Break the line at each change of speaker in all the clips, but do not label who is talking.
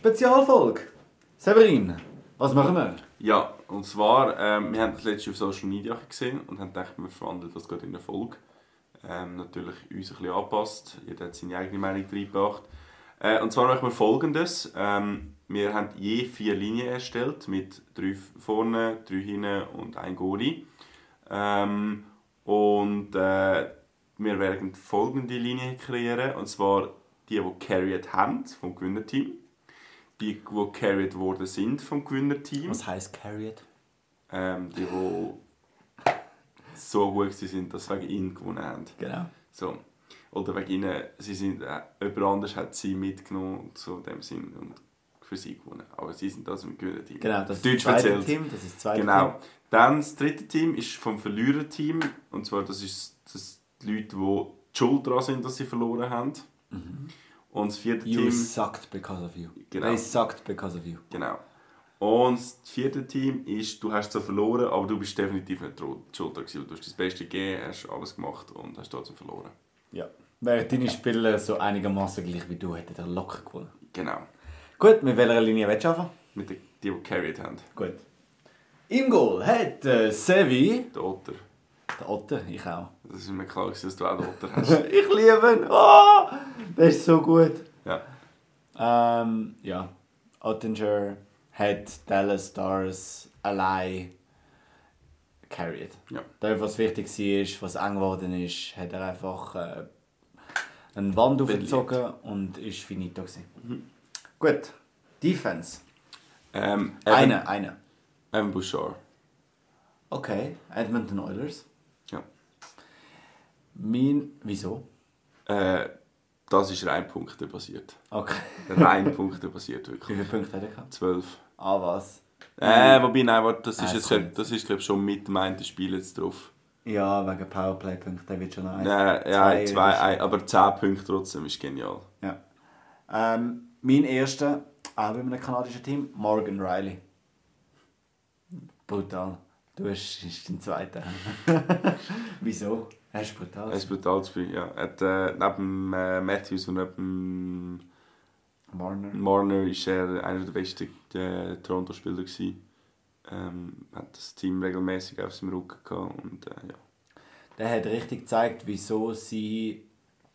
Spezialfolge. Severin, was machen wir?
Ja, und zwar, ähm, wir haben das letzte auf Social Media gesehen und haben gedacht, wir verwandeln das gerade in eine Folge. Ähm, natürlich uns ein bisschen angepasst, jeder hat seine eigene Meinung reingebracht. Äh, und zwar machen wir folgendes. Ähm, wir haben je vier Linien erstellt mit drei vorne, drei hinten und ein Goalie. Ähm, und äh, wir werden folgende Linie kreieren, und zwar die, die carried haben vom Gewinnerteam, die, die carried worden sind vom Gewinnerteam,
Was heisst Carried?
ähm, die, die so gut sie sind, dass sie wegen ihnen gewonnen haben.
Genau.
So. Oder wegen ihnen, sie sind, äh, jemand anders hat sie mitgenommen, so in dem Sinn, und für sie gewonnen. Aber sie sind das im Gewinnerteam.
Genau, das
Deutsch
ist das zweite
erzählt.
Team. Das ist das zweite
Genau. Dann das dritte Team ist vom Verliererteam. Und zwar das ist das die Leute, die die schuld daran sind, dass sie verloren haben.
Mhm.
Und das vierte
Team. You
Team.
sucked because of you.
Genau.
They sucked because of you.
Genau. Und das vierte Team ist, du hast so verloren, aber du bist definitiv nicht dro- die Schuld daran. gewesen. Du hast das Beste gegeben, hast alles gemacht und hast trotzdem verloren.
Ja. Wären deine Spieler so einigermaßen gleich wie du, hätte er locker gewonnen.
Genau.
Gut, mit welcher Linie willst du anfangen?
Mit den, die, die carried haben.
Gut. Im Goal hat äh, Sevi,
Der Otter.
der Otter, ich auch.
Das ist mir klar, gewesen, dass du auch den Otter hast.
Ich liebe ihn! Oh, der ist so gut.
ja.
Ähm, ja. Ottinger hat Dallas Stars allein carried.
Ja.
Da, was wichtig war, was eng geworden ist, hat er einfach äh, eine Wand
Brilliant.
aufgezogen und ist finito. Gewesen.
Mhm.
Gut. Defense.
Ähm, Evan,
Eine, eine.
Evan Bouchard.
Okay, Edmonton Oilers.
Ja.
Mein. Wieso?
Äh, das ist rein punktebasiert.
Okay.
Rein punktebasiert,
Wie
wirklich.
viele Punkte hat er gehabt?
12.
Ah, was?
Äh, wobei, nein, warte, das
Nein,
ist jetzt,
das
glaub, das ist, glaub, schon mit meinem Spiel jetzt drauf.
Ja, wegen Powerplay-Punkten, der wird schon noch eins.
Nein, ja,
oder
zwei,
so.
ein, aber 10 Punkte trotzdem ist genial.
Ja. Ähm, mein erster, auch bei einem kanadischen Team, Morgan Riley. Brutal. Du bist, ist dein zweiter. Wieso? Er ist brutal.
Er ist brutal zu spielen, ja. Er hat, äh, neben äh, Matthews und neben
Warner.
Marner ist er einer der besten äh, Toronto-Spieler gewesen. Ähm, hat das Team regelmäßig auf seinem Rücken gehabt und äh, ja.
Der hat richtig gezeigt, wieso sie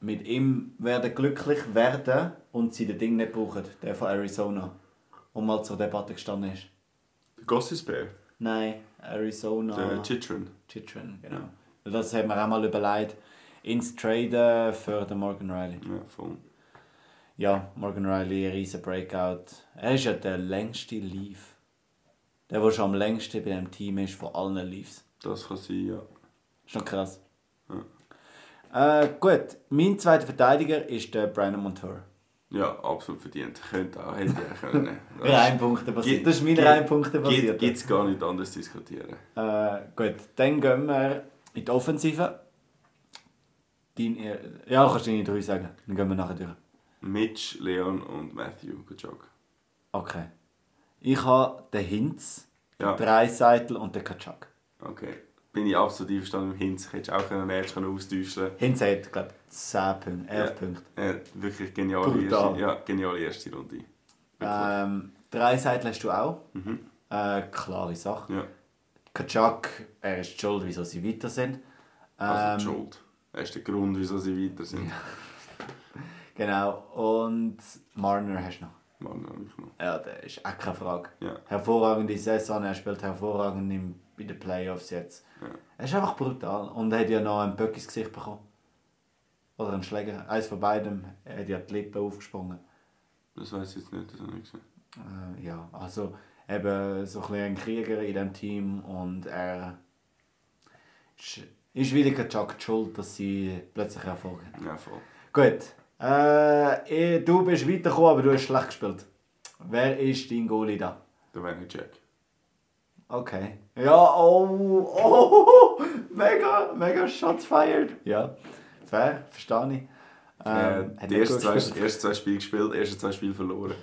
mit ihm werden glücklich werden und sie den Ding nicht brauchen, der von Arizona. Und mal zur Debatte gestanden ist.
Der Gossis Bear,
Nein, Arizona.
der Chitrin.
Chitrin, genau. Das hat mir auch mal überlegt, ins Traden für den Morgan Riley.
Ja, voll.
Ja, Morgan Riley, riesen Breakout. Er ist ja der längste Leaf. Der, der schon am längsten bei dem Team ist, von allen Leafs.
Das kann sein, ja.
Schon krass. Äh, gut, mein zweiter Verteidiger ist der Brandon Montour.
Ja, absolut verdient. Könnte auch, hätte er können.
Reinpunkte basiert. Das ist mein Reinpunkte basiert.
Gibt es gar nicht anders zu diskutieren.
Äh, gut, dann gehen wir in die Offensive. Dein, er- ja, kannst du deine drei sagen. Dann gehen wir nachher durch.
Mitch, Leon und Matthew Kachok.
Okay. Ich habe den Hinz,
Ja.
den Dreiseitel und den Kaczak.
Okay. Bin ich absolut einverstanden mit Hinz. Hättest du auch können, Edge können austauschen
Hinz hat, glaube ich, 10 Punkte, 11 Punkte.
Äh, wirklich geniale
Brutal.
erste, ja, geniale erste Runde. Wirklich. Mhm.
Ähm, drei Seiten hast du auch. Äh, klare Sache.
Ja.
Kaczak, er ist die schuld, wieso sie weiter sind. Ähm,
Also die Schuld. Das ist der Grund, wieso sie weiter sind.
genau. Und Marner hast du noch.
Mann, hab ich noch.
Ja, das ist auch keine Frage.
Ja.
Hervorragende Saison, er spielt hervorragend im, bei den Playoffs jetzt.
Ja.
Er ist einfach brutal. Und er hat ja noch einen Böck ins Gesicht bekommen. Oder einen Schläger. Eins von beidem. Er hat ja die Lippen aufgesprungen.
Das weiß ich jetzt nicht, das habe ich nicht gesehen.
Äh, ja, also eben so ein, bisschen ein Krieger in dem Team und er ist- ist wieder Kachak die schuld, dass sie plötzlich Erfolg haben.
Ja, voll.
Gut, äh, eh, du bist weitergekommen, aber du hast schlecht gespielt. Wer ist dein Goalie da?
Der Werner Jack.
Okay. Ja, oh, oh, mega, mega shots fired. Ja, fair, verstehe ich. Ähm,
äh,
hat
die
nicht
ersten
gut
zwei,
gespielt.
ersten zwei Spiele gespielt, erste zwei Spiele verloren.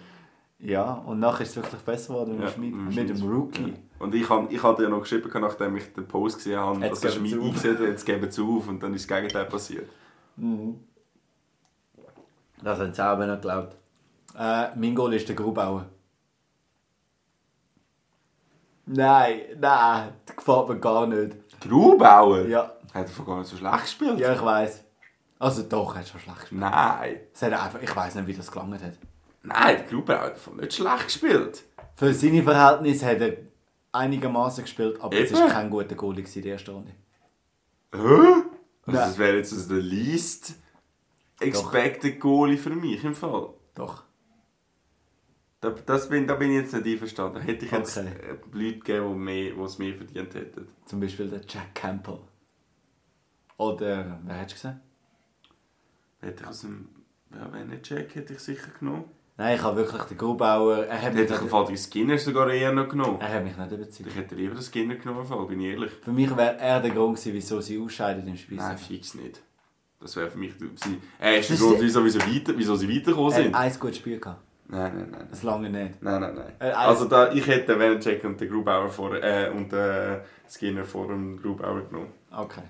Ja, und nachher ist es wirklich besser geworden
Ja,
mit, Schmid,
mit
mit dem
Schmid.
Rookie.
Und ich, han- ich hatte ja noch geschrieben, nachdem ich den Post gesehen habe,
Jetzt
dass er
geben sie
mich
auf.
eingesehen hat, jetzt geben sie auf und dann ist das Gegenteil passiert.
Das haben sie auch noch geglaubt. Äh, mein Goal ist der Grubauer. Nein, nein, das gefällt mir gar nicht.
Grubauer?
Ja,
Hat er von gar nicht so schlecht gespielt?
ja ich weiß. Also doch, er hat schon schlecht gespielt.
Nein.
Es hat einfach, ich weiß nicht, wie das gelangt hat.
Nein, der Grubauer hat davon nicht schlecht gespielt.
Für seine Verhältnisse hat er einigermaßen gespielt, aber es
Eben.
war kein guter Goal in der ersten Runde.
Hä? Also
Nein.
das wäre jetzt also der least expected Goalie für mich im Fall.
Doch.
Da, das bin, da bin ich jetzt nicht einverstanden. Da Hätte ich jetzt
Okay.
äh, Leute gegeben, die mehr- die es mehr verdient hätten.
Zum Beispiel der Jack Campbell. Oder, wer hättest du gesehen?
Hätte ich aus dem... Ja, wenn nicht Jack, hätte ich sicher genommen.
Nein, ich habe wirklich den Grubauer. Er hat,
Dann
mich
hätte ich im
nicht,
Fall den Skinner sogar eher noch genommen.
er hat mich nicht
Ich
überzeugt.
hätte lieber den Skinner genommen, im Fall, bin ich ehrlich.
Für mich wäre er der Grund gewesen, wieso sie ausscheiden im Spiel.
Nein, fix nicht. Das wäre für mich... der- sie- Er ist der
Das
Grund,
ist- Äh, ah.
wieso, wieso, weiter, wieso sie weitergekommen
Er hat
sind.
ein gutes Spiel gehabt.
Nein, nein, nein.
Das lange nicht.
Nein, nein, nein.
Äh,
also da, ich hätte Vanacek und den Grubauer vor, äh, und den Skinner vor dem Grubauer genommen.
Okay.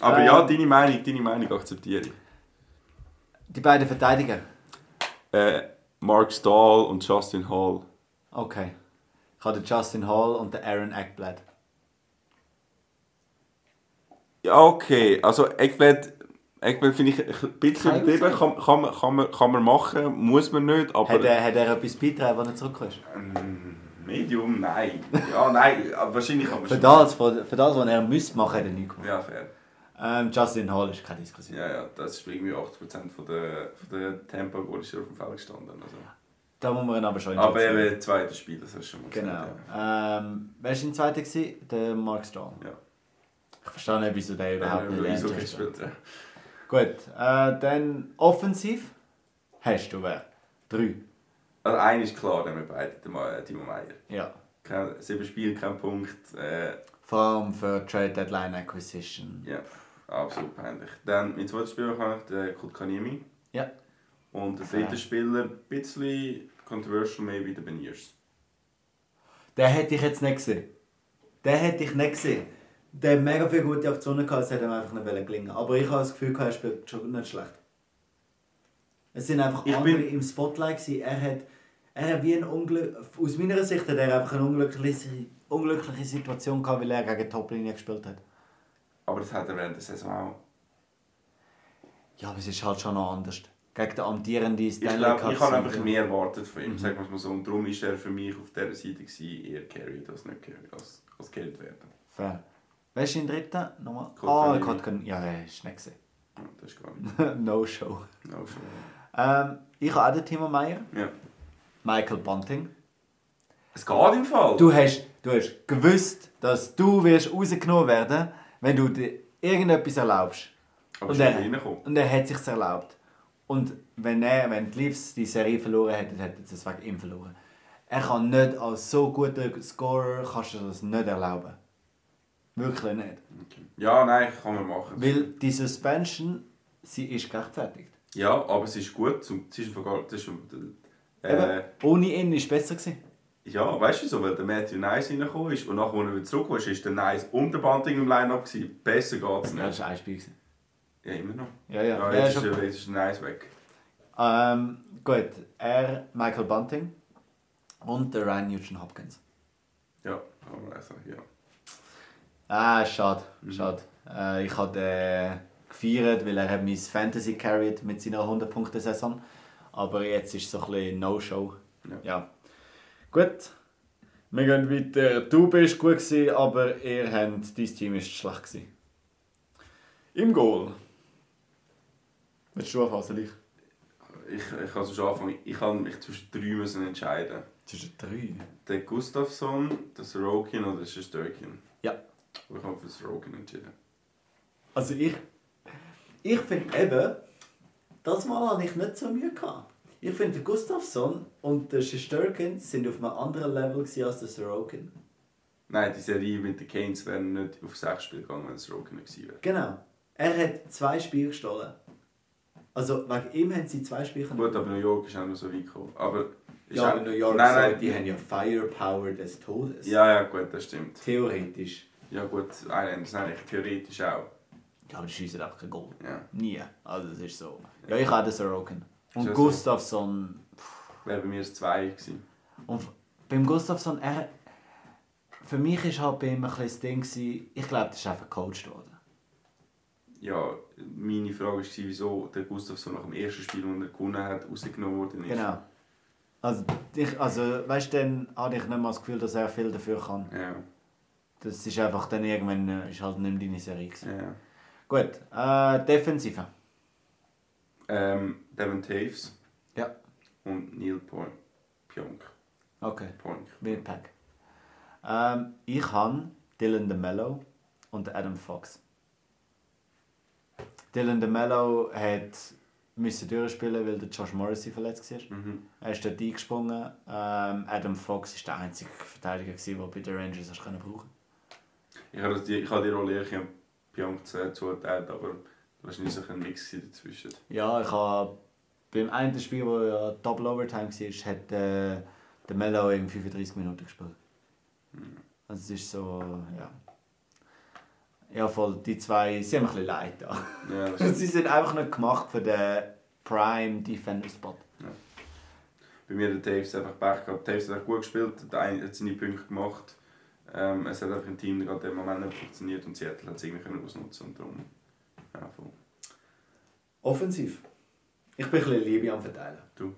Aber
Ähm.
ja, deine Meinung, deine Meinung akzeptiere ich.
Die beiden Verteidiger.
Äh, Mark Stahl und Justin Hall.
Okay. Ich habe den Justin Hall und den Aaron Eckblad.
Ja, okay. Also Eckblad, Eckblad finde ich ein bisschen
Kein
übertrieben. Kann, kann, man- kann, man, kann man machen, muss man nicht, aber...
Hat er, hat er etwas beitragen, wenn er zurückkommt?
Ähm, Medium, nein. Ja, eh, nein, aber wahrscheinlich kann man
Für das, für, für das, was er müsste machen, hat er nichts gemacht.
Ja, fair.
Ähm, Justin Hall ist keine Diskussion.
Ja, ja, das ist irgendwie 80% von der, von der Tempo, wo ich auf dem Feld gestanden also.
Da muss man ihn aber schon in
Aber
Schutz nehmen.
eben zweites Spiel, das hast du schon mal
eh, Genau.
gesagt.
Ähm, wer war dein zweiter? gewesen? Der Mark Strong.
Ja.
Ich verstehe nicht, wieso der
Ja.
überhaupt
Wenn du
nicht
Eishockey
ernst ist.
gespielt hast.
Gut, äh, dann offensiv hast du wer? Drei.
Also einer ist klar, nehmen wir beide, der Ma- äh, Timo Meier.
Ja.
Kein, sieben Spiele, kein Punkt. Äh,
Vor allem für Trade Deadline Acquisition.
ja, absolut peinlich. Dann mein zweites Spieler kann der Kutkanimi.
Ja.
Und der dritte
Ja.
Spieler, ein bisschen controversial, maybe der Beniers.
Den hätte ich jetzt nicht gesehen. Den hätte ich nicht gesehen. Der hat mega viele gute Aktionen gehabt, es hat ihm einfach nicht gelingen. Aber ich habe das Gefühl, gehabt, er spielt schon nicht schlecht. Es sind einfach
Ich
andere
bin-
im Spotlight. Gewesen. Er hat, er hat wie ein Unglück. Aus meiner Sicht hat er einfach eine unglückliche, unglückliche Situation gehabt, weil er gegen die Toplinie gespielt hat.
Aber das hat er während der Saison auch.
Ja, aber es ist halt schon noch anders. Gegen den amtierenden
Ich glaube, ich habe einfach
Sieger.
mehr erwartet von
Mhm.
ihm, sagen wir es mal so. Und darum ist er für mich auf dieser Seite gewesen, eher carried als nicht carried, als, als carried werden.
Fair. Wer ist dein dritter? Nochmal? Ah,
Kotkaniemi.
Kotkan. Ja, er ist nicht gesehen.
Ja, Das ist gar nicht.
No-Show.
No, schon.
Ähm, ich habe auch den Timo Meyer.
Ja.
Michael Bunting.
Es geht im Fall.
Du hast, du hast gewusst, dass du wirst rausgenommen werden wenn du dir irgendetwas erlaubst.
Aber
und,
ist
er,
nicht reingekommen.
und er hat sich's erlaubt. Und wenn, er, wenn die Leafs die Serie verloren hätten, hätten sie es wegen ihm verloren. Er kann nicht als so guter Scorer kannst du das nicht erlauben. Wirklich nicht.
Ja, nein, kann man machen.
Weil die Suspension, sie ist gerechtfertigt.
ja, aber es ist gut. Zum, es ist vergangen. Es ist, äh,
Eben, ohne ihn ist es besser gewesen.
ja, weißt du so, weil der Matthew Nice reingekommen ist und nachher, als er wieder zurückgekommen ist, ist der Nice um und der Bunting im Line-Up. gewesen. Besser geht es
Ja, das
nicht.
war ein Spiel. gewesen.
Ja, immer noch.
Ja, ja.
Ja,
ja,
jetzt,
schon-
ist, jetzt ist der Nice weg.
Ähm, gut, er, Michael Bunting und der Ryan Nugent Hopkins.
Ja, aber also, ja.
Ah, schade, schade. Äh, ich habe äh, gefeiert, weil er hat mein Fantasy carried mit seiner 100-Punkte-Saison. Aber jetzt ist es so ein bisschen No-Show.
Ja.
Gut. Wir gehen weiter. Du bist gut gewesen, aber ihr habt, dein Team ist schlecht gewesen. Im Goal. Willst du anfassen, ich?
Ich, ich kann es schon anfangen. Ich kann mich zwischen drei müssen entscheiden.
Zwischen drei.
Der Gustafsson, der Sorokin oder der Shesterkin?
Ja.
Ich habe für Sorokin entschieden.
Also ich. Ich finde eben, das Mal hatte ich nicht so Mühe gehabt. Ich finde, der Gustafsson und der Shesterkin sind auf einem anderen Level gewesen als der Sorokin.
Nein, die Serie mit den Canes wäre nicht auf sechs Spiele gegangen, wenn es Sorokin nicht gewesen wäre.
Genau. Er hat zwei Spiele gestohlen. Also wegen ihm haben sie zwei Spiele
Gut, aber New York ist auch noch so weit gekommen. Aber ist
Ja,
auch-
in New York,
Nein,
nein,
nein,
die haben ja Firepower des Todes.
Ja, ja, gut, das stimmt.
Theoretisch.
Ja, gut, Islanders sind eigentlich theoretisch auch.
Ja, aber die schiessen einfach kein Goal.
Ja.
Nie. Also das ist so. Ja, ich habe den Sorokin.
Ist
Und
ja so.
Gustafsson. pff,
Wäre bei mir ein 2 gewesen.
Und beim Gustafsson, er, für mich war halt bei ihm ein bisschen das Ding, gewesen, ich glaube, das ist einfach gecoacht worden.
Ja, meine Frage war, wieso der Gustav so nach dem ersten Spiel, das er gewonnen hat, rausgenommen worden ist.
Genau. Also, ich, also weißt du, dann hatte ich nicht mal das Gefühl, dass er viel dafür kann.
Ja,
Das ist einfach dann irgendwann äh, ist halt nicht mehr deine Serie. Gewesen.
ja.
Gut, äh, Defensive.
Ähm, Devin Taves
Ja.
und Neil Pon- Pionk.
Okay,
Pionk.
Wildpack. Ähm, ich habe Dylan DeMello und Adam Fox. Dylan DeMello hat müssen durchspielen, weil der Josh Morrissey verletzt war.
Mhm.
Er ist dort eingesprungen. Ähm, Adam Fox war der einzige Verteidiger, gewesen, den du bei den Rangers hast können brauchen
Ich habe das- ich habe die Rolle eher an Pionk zu- zugeteilt, aber wahrscheinlich war so ein Mix gewesen dazwischen.
Ja, ich habe beim einen Spiel, wo ja Double Overtime war, hat äh, der Mello in 35 Minuten gespielt. Also es ist so, ja. Ja, voll, die zwei sie haben ein bisschen leid da.
Ja, das
sie sind einfach nicht gemacht für den Prime Defender Spot.
Bei mir hat der Taves einfach Pech gehabt. Taves hat echt gut gespielt, der eine hat seine Punkte gemacht. Ähm, es hat einfach im Team gerade im Moment nicht funktioniert und Seattle hat es irgendwie können ausnutzen und darum. Ja, voll.
Offensiv. Ich bin ein bisschen Liebe am Verteilen.
Du.
Ich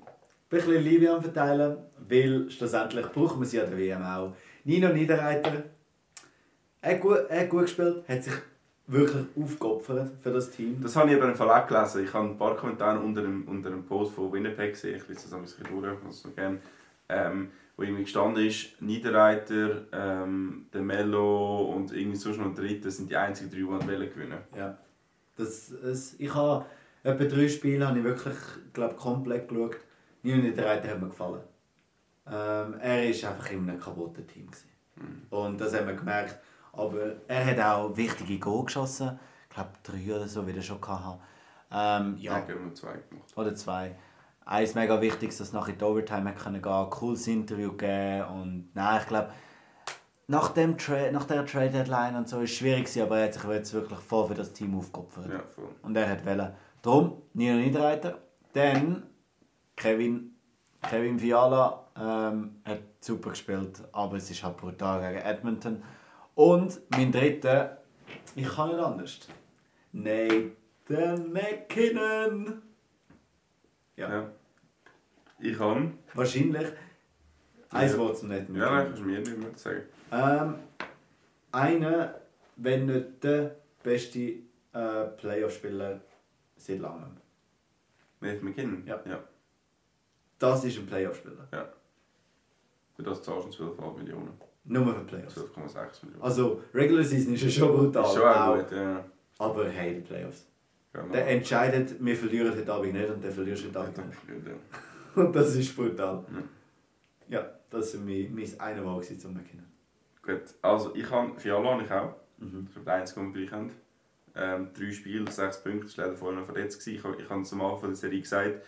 bin ein bisschen Liebe am Verteilen, weil schlussendlich brauchen wir sie an der WM auch. Nino Niederreiter, er hat gut, er hat gut gespielt, hat sich wirklich aufgeopfert für das Team.
Das habe ich eben im Fall auch gelesen. Ich habe ein paar Kommentare unter dem, unter dem Post von Winnipeg gesehen. Ich lese das ein bisschen durch, ich muss es noch gerne. Ähm, wo irgendwie gestanden ist, Niederreiter, ähm, der Mello und irgendwie sonst noch ein Dritter sind die einzigen drei, die an die Welle gewinnen.
Ja. Das, es, ich habe etwa drei Spiele habe ich wirklich glaub, komplett geschaut. Nino Niederreiter hat mir gefallen. Ähm, er war einfach in einem kaputten Team. Gewesen. Und das haben wir gemerkt. Aber er hat auch wichtige Goal geschossen. Ich glaube, drei oder so, wie er schon hatte. Ähm, ja.
Ja. Dann haben wir zwei gemacht.
Oder zwei. Eins mega wichtig, dass nachher in die Overtime hat können gehen, cooles Interview geben und nein, ich glaube, nach, dem Tra nach der Trade Deadline und so ist es schwierig gewesen, aber er hat sich jetzt wirklich voll für das Team aufgeopfert.
Ja, voll.
Und er hat wählen. Drum, Nino Niederreiter. Dann Kevin, Kevin Fiala ähm, hat super gespielt, aber es ist halt brutal gegen Edmonton. Und mein dritter, ich kann nicht anders. Nathan McKinnon. Ja.
Ja. Ich habe.
Wahrscheinlich. Eins
Ja.
Wort zum Nathan
Ja, nein, kannst du mir nicht mehr sagen.
Ähm, einer, wenn nicht der beste äh, Playoff-Spieler seit langem.
Nathan McKinnon?
Ja.
ja.
Das ist ein Playoff-Spieler.
Ja. Für das zahlst du 12,5 Millionen.
Nur für Playoffs.
12,6 Millionen.
Also, Regular Season ist Ah, ja schon brutal.
ist schon auch gut, ja.
Aber hey, die Playoffs.
Ja, Mann.
Der entscheidet, wir verlieren heute Abend nicht und der verlierst heute
Ja,
Abend nicht.
danke, ja.
Und das ist brutal.
Ja.
Ja, das war mein, mein eine Wahl gewesen, um zum Erkennen.
Gut, also ich habe Fiala habe ich auch.
Mhm.
Ich glaube, der einzige, den wir gleich haben. Ähm, drei Spiele, sechs Punkte, das war leider vorher noch verletzt. gewesen. Ich habe, ich habe es am Anfang der Serie gesagt,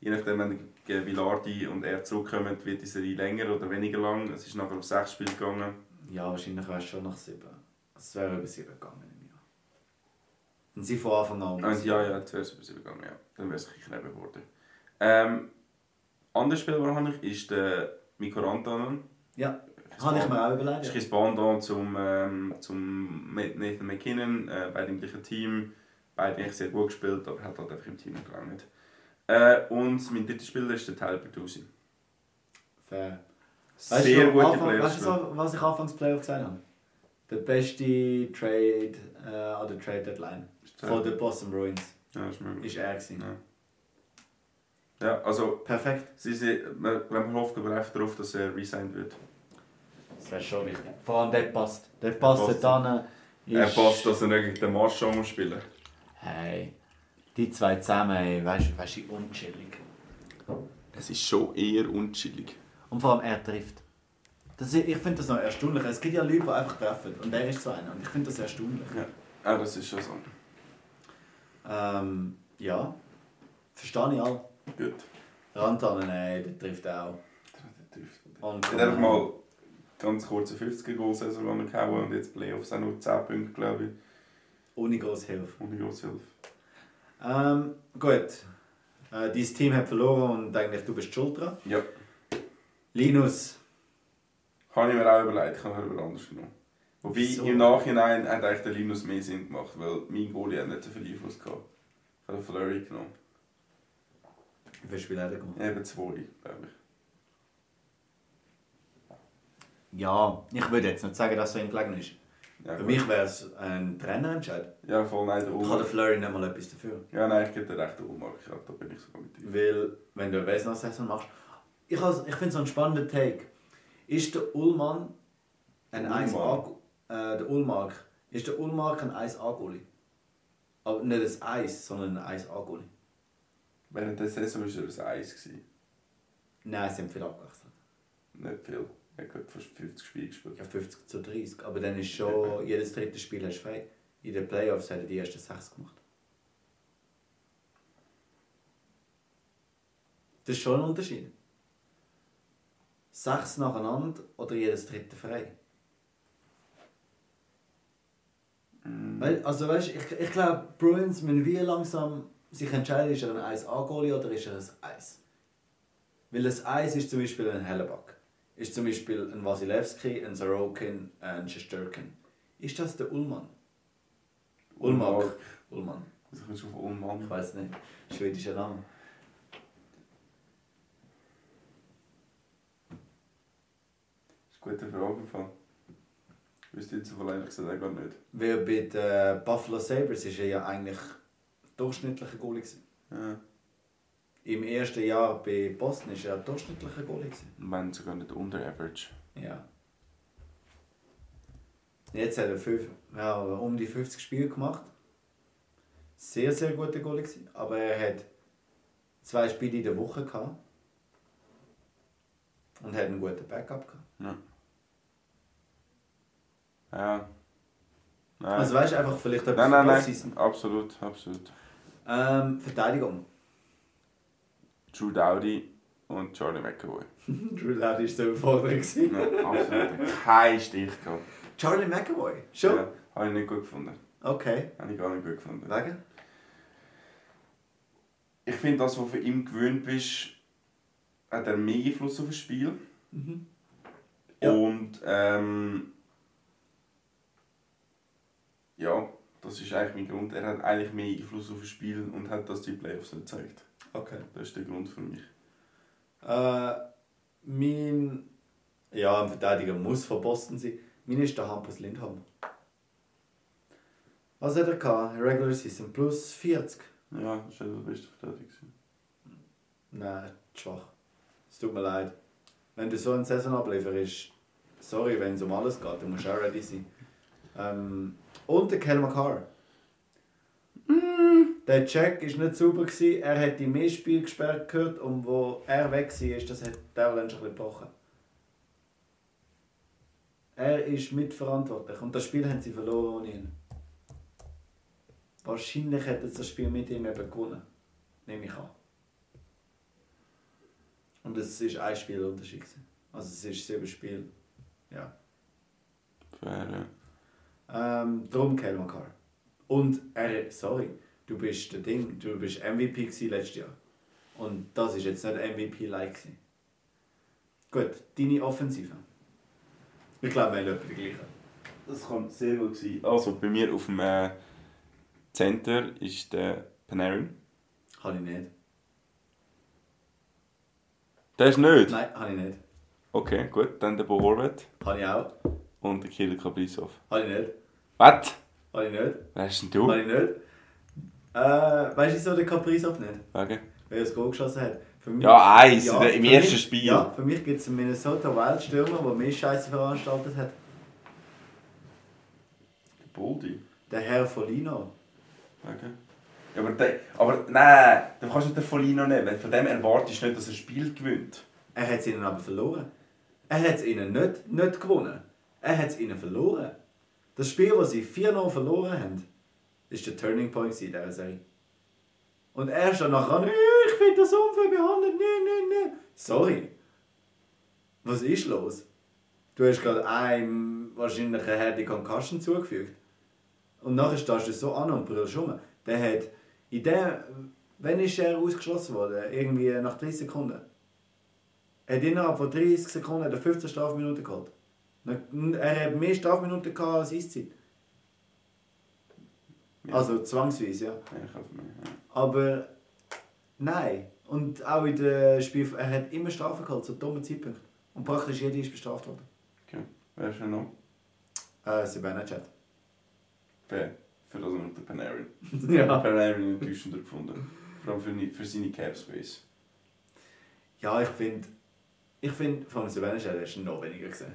je nachdem, wenn der Villardi und er zurückkommen, wird die Serie länger oder weniger lang. Es ist nachher auf sechs Spiele gegangen.
Ja, wahrscheinlich wärst du schon nach sieben. Also, Es wäre über sieben gegangen im Jahr. Und sie von Anfang an.
Und Ah, ja, ja, jetzt wäre es über sieben gegangen, ja. Dann wäre es ein bisschen knapp geworden. Ähm, anderes Spiel, das habe ich, ist der Mikko Rantanen.
Ja, habe ich mir auch
Ist
überlegt.
ein Pendant zum, ähm, zum Nathan McKinnon, äh, beide im gleichen Team. Beide eigentlich sehr gut gespielt, aber hat halt einfach im Team nicht gelangt. Äh, und mein dritter Spieler ist der Tyler Bertuzzi.
Fair.
Sehr
Weißt du,
gute
Anfang- Weißt
Player.
du, was ich anfangs Playoff gesagt habe? Der beste Trade äh, an der Trade Deadline von den Boston Bruins
Ja, ist möglich.
ist er. Gewesen.
Ja. Ja, also,
Perfekt.
sie sind, man, man hofft aber einfach darauf, dass er resigned wird.
Das wäre schon wichtig. Vor allem der passt. Der passt
Passt.
dann.
Er passt, dass er nicht gegen den Marschall muss spielen
Hey, die zwei zusammen, ey, weißt du, weißt du, wie unchillig.
Es ist schon eher unchillig.
Und vor allem er trifft. Das ist, ich finde das noch erstaunlich. Es gibt ja Leute, die einfach treffen. Und er ist so einer. Und ich finde das erstaunlich.
Ja, ah, das ist schon so.
Ähm, ja. Verstehe ich alle.
Gut.
Rantanen, ey, der trifft auch. Und
Ich hätte einfach mal ganz kurz eine 50er-Goal-Saison angehauen und jetzt Playoffs auch nur 10 Punkte, glaube ich.
Ohne große Hilfe.
Ohne grosse Hilfe.
Ähm, gut. Äh, Äh, dein Team hat verloren und eigentlich du bist schuld dran.
Ja.
Linus,
Habe ich mir auch überlegt, ich habe darüber anders genommen. Wobei
Wieso?
im Nachhinein hat eigentlich der Linus mehr Sinn gemacht, weil mein Goalie hat nicht so viel Einfluss gehabt. Ich habe den Flurry genommen.
wie viel Spiel hat er gemacht?
Eben zwei, glaube ich.
Ja, ich würde jetzt nicht sagen, dass er ihm gelegen ist.
Ja,
Für
gut. Oh.
mich wäre es ein Trainerentscheid.
ja voll nein, der
Ich kann
Ulmark.
der Flurry nicht mal etwas dafür.
Ja, nein, ich gebe dir recht, der Ulmark. Ja, da bin ich sogar mit dir.
Weil, wenn du eine Wesenssaison machst. Ich, has- ich finde es einen spannenden Take. Ist der Ullmann ein
Ullmann.
1A. Äh, der Ullmark. Ist der Ullmark ein 1A-Goalie? Aber nicht ein 1, sondern ein 1A-Goalie.
Während der Saison war er ein Eis. Gewesen.
Nein, sie haben viel abgewechselt.
Nicht viel. Er hat glaub, fast 50 Spiele gespielt.
Ja, 50 zu 30. Aber dann ist schon jedes dritte Spiel hast du frei. In den Playoffs hat er die ersten 6 gemacht. Das ist schon ein Unterschied. Sechs nacheinander oder jedes dritte frei. Weil, also weißt, ich, ich glaube, Bruins müssen wie langsam sich entscheiden, ist er ein 1A-Goalie oder ist er ein 1. Weil das 1 ist zum Beispiel ein Hellebuck, ist zum Beispiel ein Wasilewski, ein Sorokin, ein Shesterkin. Ist das der Ullmann? Ullmark. Ullmann.
Also kommst du auf
Ich
Ulmark.
weiß nicht. Schwedischer Name.
Das ist eine gute Frage. im Fall. Ich wüsste jetzt wohl ehrlich gesagt auch gar nicht.
Weil bei den Buffalo Sabres war er ja eigentlich durchschnittlicher Goalie. gewesen.
Ja.
Im ersten Jahr bei Boston war er durchschnittlicher Goalie. gewesen.
Und wenn sogar nicht unter Average.
Ja. Jetzt hat er fünf, ja, um die 50 Spiele gemacht. Sehr, sehr guter Goal gewesen. Aber er hat zwei Spiele in der Woche gehabt. Und hat einen guten Backup gehabt.
Ja. Ja. Nein.
Also weißt du, einfach vielleicht
nein, nein,
Offseason.
nein. Absolut, absolut.
Ähm, Verteidigung.
Drew Dowdy und Charlie McAvoy.
Drew Ladd war so überfordert. gewesen.
Ja, absolut. Kein Stich gehabt.
Charlie McAvoy. Schon?
Ja, habe ich nicht gut gefunden.
Okay.
Habe ich gar nicht gut gefunden.
Wegen?
Ich finde, das, was du von ihm gewöhnt bist, hat er mehr Einfluss auf das Spiel. Mhm.
Ja.
Und ähm, ja, das ist eigentlich mein Grund. Er hat eigentlich mehr Einfluss auf das Spiel und hat das die Playoffs nicht gezeigt.
Okay.
Das ist der Grund für mich.
Äh, mein. Ja, ein Verteidiger muss von Boston sein. Mein ist der Hampus Lindholm. Was hat er gehabt? Regular Season plus 40.
Ja, das war der beste Verteidiger. gewesen.
Nein, schwach. Es tut mir leid. Wenn du so eine Saison ablieferst, sorry, wenn es um alles geht, du musst auch ready sein. Ähm, und der Kel McCarr. Der Check war nicht sauber, gewesen. er hat die mehr Spiele gesperrt gehört und wo er weg war, das hat die Avalanche ein bisschen gebrochen. Er ist mitverantwortlich und das Spiel haben sie verloren ohne ihn. Wahrscheinlich hätten sie das Spiel mit ihm eben gewonnen. Nehme ich an. Und es ist ein Spielunterschied. gewesen. Also es ist sieben Spiel. Ja.
Fair, ja.
Ähm, darum Kyle Makar. Und er, sorry, du bist der Ding, du bist MVP gewesen letztes Jahr. Und das ist jetzt nicht MVP-like. gewesen. Gut, deine Offensive. Ich glaube, wir haben etwa die gleiche.
Das kann sehr gut sein. Also bei mir auf dem äh, Center ist der Panarin.
Habe ich nicht.
Der ist nicht?
Nein, habe ich nicht.
Okay, gut. Dann der Bo Horvat
Habe ich auch.
und der Kirill Kaprizov.
Habe ich nicht.
Was?
Habe ich nicht.
Wer ist denn du?
Habe ich nicht. Äh, weißt du, wieso der Kaprizov nicht?
Okay.
Wer das Goal geschossen hat. Für mich,
Ja, eins, in der- im
für
ersten
mich,
Spiel.
Ja, für mich gibt es einen Minnesota Wild Stürmer, der mehr Scheiße veranstaltet hat.
Boldi.
Der Herr Folino.
Okay. Ja, aber, der, aber nein, du kannst nicht den Folino nehmen, weil von dem erwartest du nicht, dass er ein Spiel gewinnt.
Er hat es ihnen aber verloren. Er hat es ihnen nicht, nicht gewonnen. Er hat es ihnen verloren. Das Spiel, das sie 4-0 verloren haben, ist der Turning Point gewesen in dieser Serie. Und er ist dann nachher, «Nee, ich finde das unfair behandelt, nee, nee, nee. Sorry. Was ist los? Du hast gerade einem wahrscheinlich eine harte Concussion zugefügt. Und nachher stehst du so an und brüllst rum. Der hat in dem Wann ist er ausgeschlossen worden? Irgendwie nach 30 Sekunden. Er hat innerhalb von 30 Sekunden hat er 15 Strafminuten gehabt. Er hat mehr Strafminuten gehabt als Eiszeit.
Ja.
Also zwangsweise, ja.
Ja, ich hoffe nicht, ja.
Aber nein. Und auch in den Spiel, er hat immer Strafen gehabt, zu dummen Zeitpunkt. Und praktisch jeder ist bestraft worden.
Okay. Wer ist denn noch?
Äh, Sebenachat.
Wer? Für das unter Panarin. Ah.
ja.
Panarin enttäuschender gefunden. Vor allem für, ni- für seine Cap Space.
Ja, ich finde, ich finde, von Sebenachat hast du noch weniger gesehen.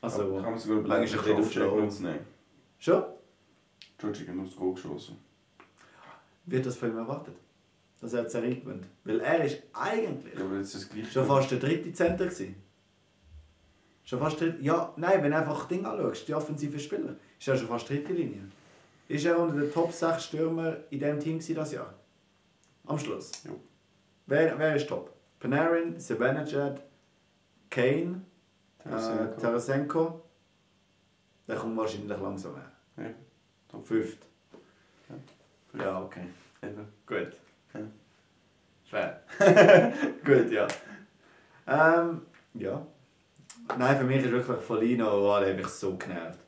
Aber
Also,
kann man sogar
Manchmal
überlegen,
ist er ein
den auf
bisschen auf
Jack zu nehmen.
schon?
Georgie hat nur das Goal geschossen.
Wird das von ihm erwartet? Dass er die Serie gewinnt. Weil er ist eigentlich
Ja, aber jetzt ist das gleiche.
schon fast der dritte Center gewesen. Schon fast dritte... Ja, nein, wenn du einfach Ding anschaust, die offensiven Spieler, ist er schon fast dritte Linie. Ist er unter den Top 6 Stürmer in diesem Team gewesen das Jahr? Am Schluss.
Ja.
Wer, wer ist top? Panarin, Sabanajad, Kane, äh,
Tarasenko.
Tarasenko. Der kommt wahrscheinlich langsam her.
Ja, top
Fünft.
Ja.
Ja, okay.
Eben.
Gut.
Ja.
Fair. Gut, ja. Ähm, ja. Nein, für mich ist wirklich Folino, oh, der hat mich so genervt.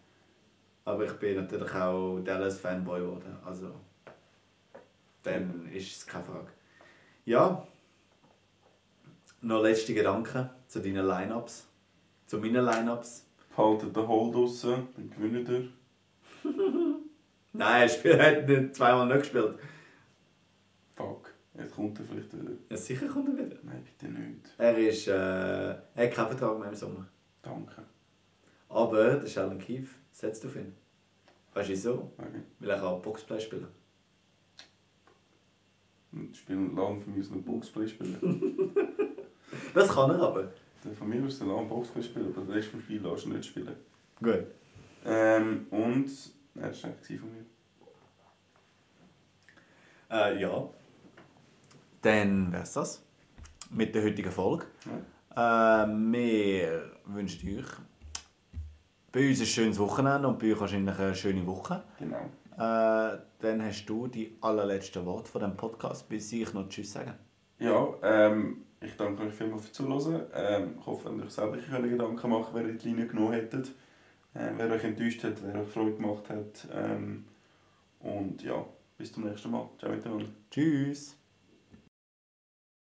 Aber ich bin natürlich auch Dallas-Fanboy geworden, also... Dann ist es keine Frage. Ja. Noch letzte Gedanken zu deinen Lineups. Zu meinen Lineups.
Behaltet den Hole draussen, dann gewinnt er.
Nein, er spielt- er hat nicht- zweimal nicht gespielt.
Fuck. Jetzt kommt er vielleicht wieder.
Ja, sicher kommt er wieder.
Nein, bitte nicht.
Er ist... Äh, er hat keinen Vertrag mehr im Sommer.
Danke.
Aber der Sheldon Keefe setzt auf ihn. Weißt du wieso?
Okay.
Weil er kann Boxplay spielen
Und spielen lang von mir aus noch Boxplay spielen.
Das kann er aber.
Der Äh, von mir aus lang Boxplay spielen, aber den Rest vom Spiel lässt du nicht spielen.
Gut.
Ähm, und. Nein, das war eigentlich von mir.
Äh, ja. Dann wär's das. Mit der heutigen Folge. Äh, wir wünschen euch bei uns ein schönes Wochenende und bei euch wahrscheinlich eine schöne Woche.
Genau.
Äh, dann hast du die allerletzten Worte von dem Podcast, bis ich noch Tschüss sage.
Ja, ähm, ich danke euch vielmals für Zuhören. Ähm, ich hoffe, ihr habt euch selber können Gedanken machen wer ihr die Linie genommen hättet. Äh, wer euch enttäuscht hat, wer euch Freude gemacht hat. Ähm, und ja, bis zum nächsten Mal. Ciao miteinander.
Tschüss.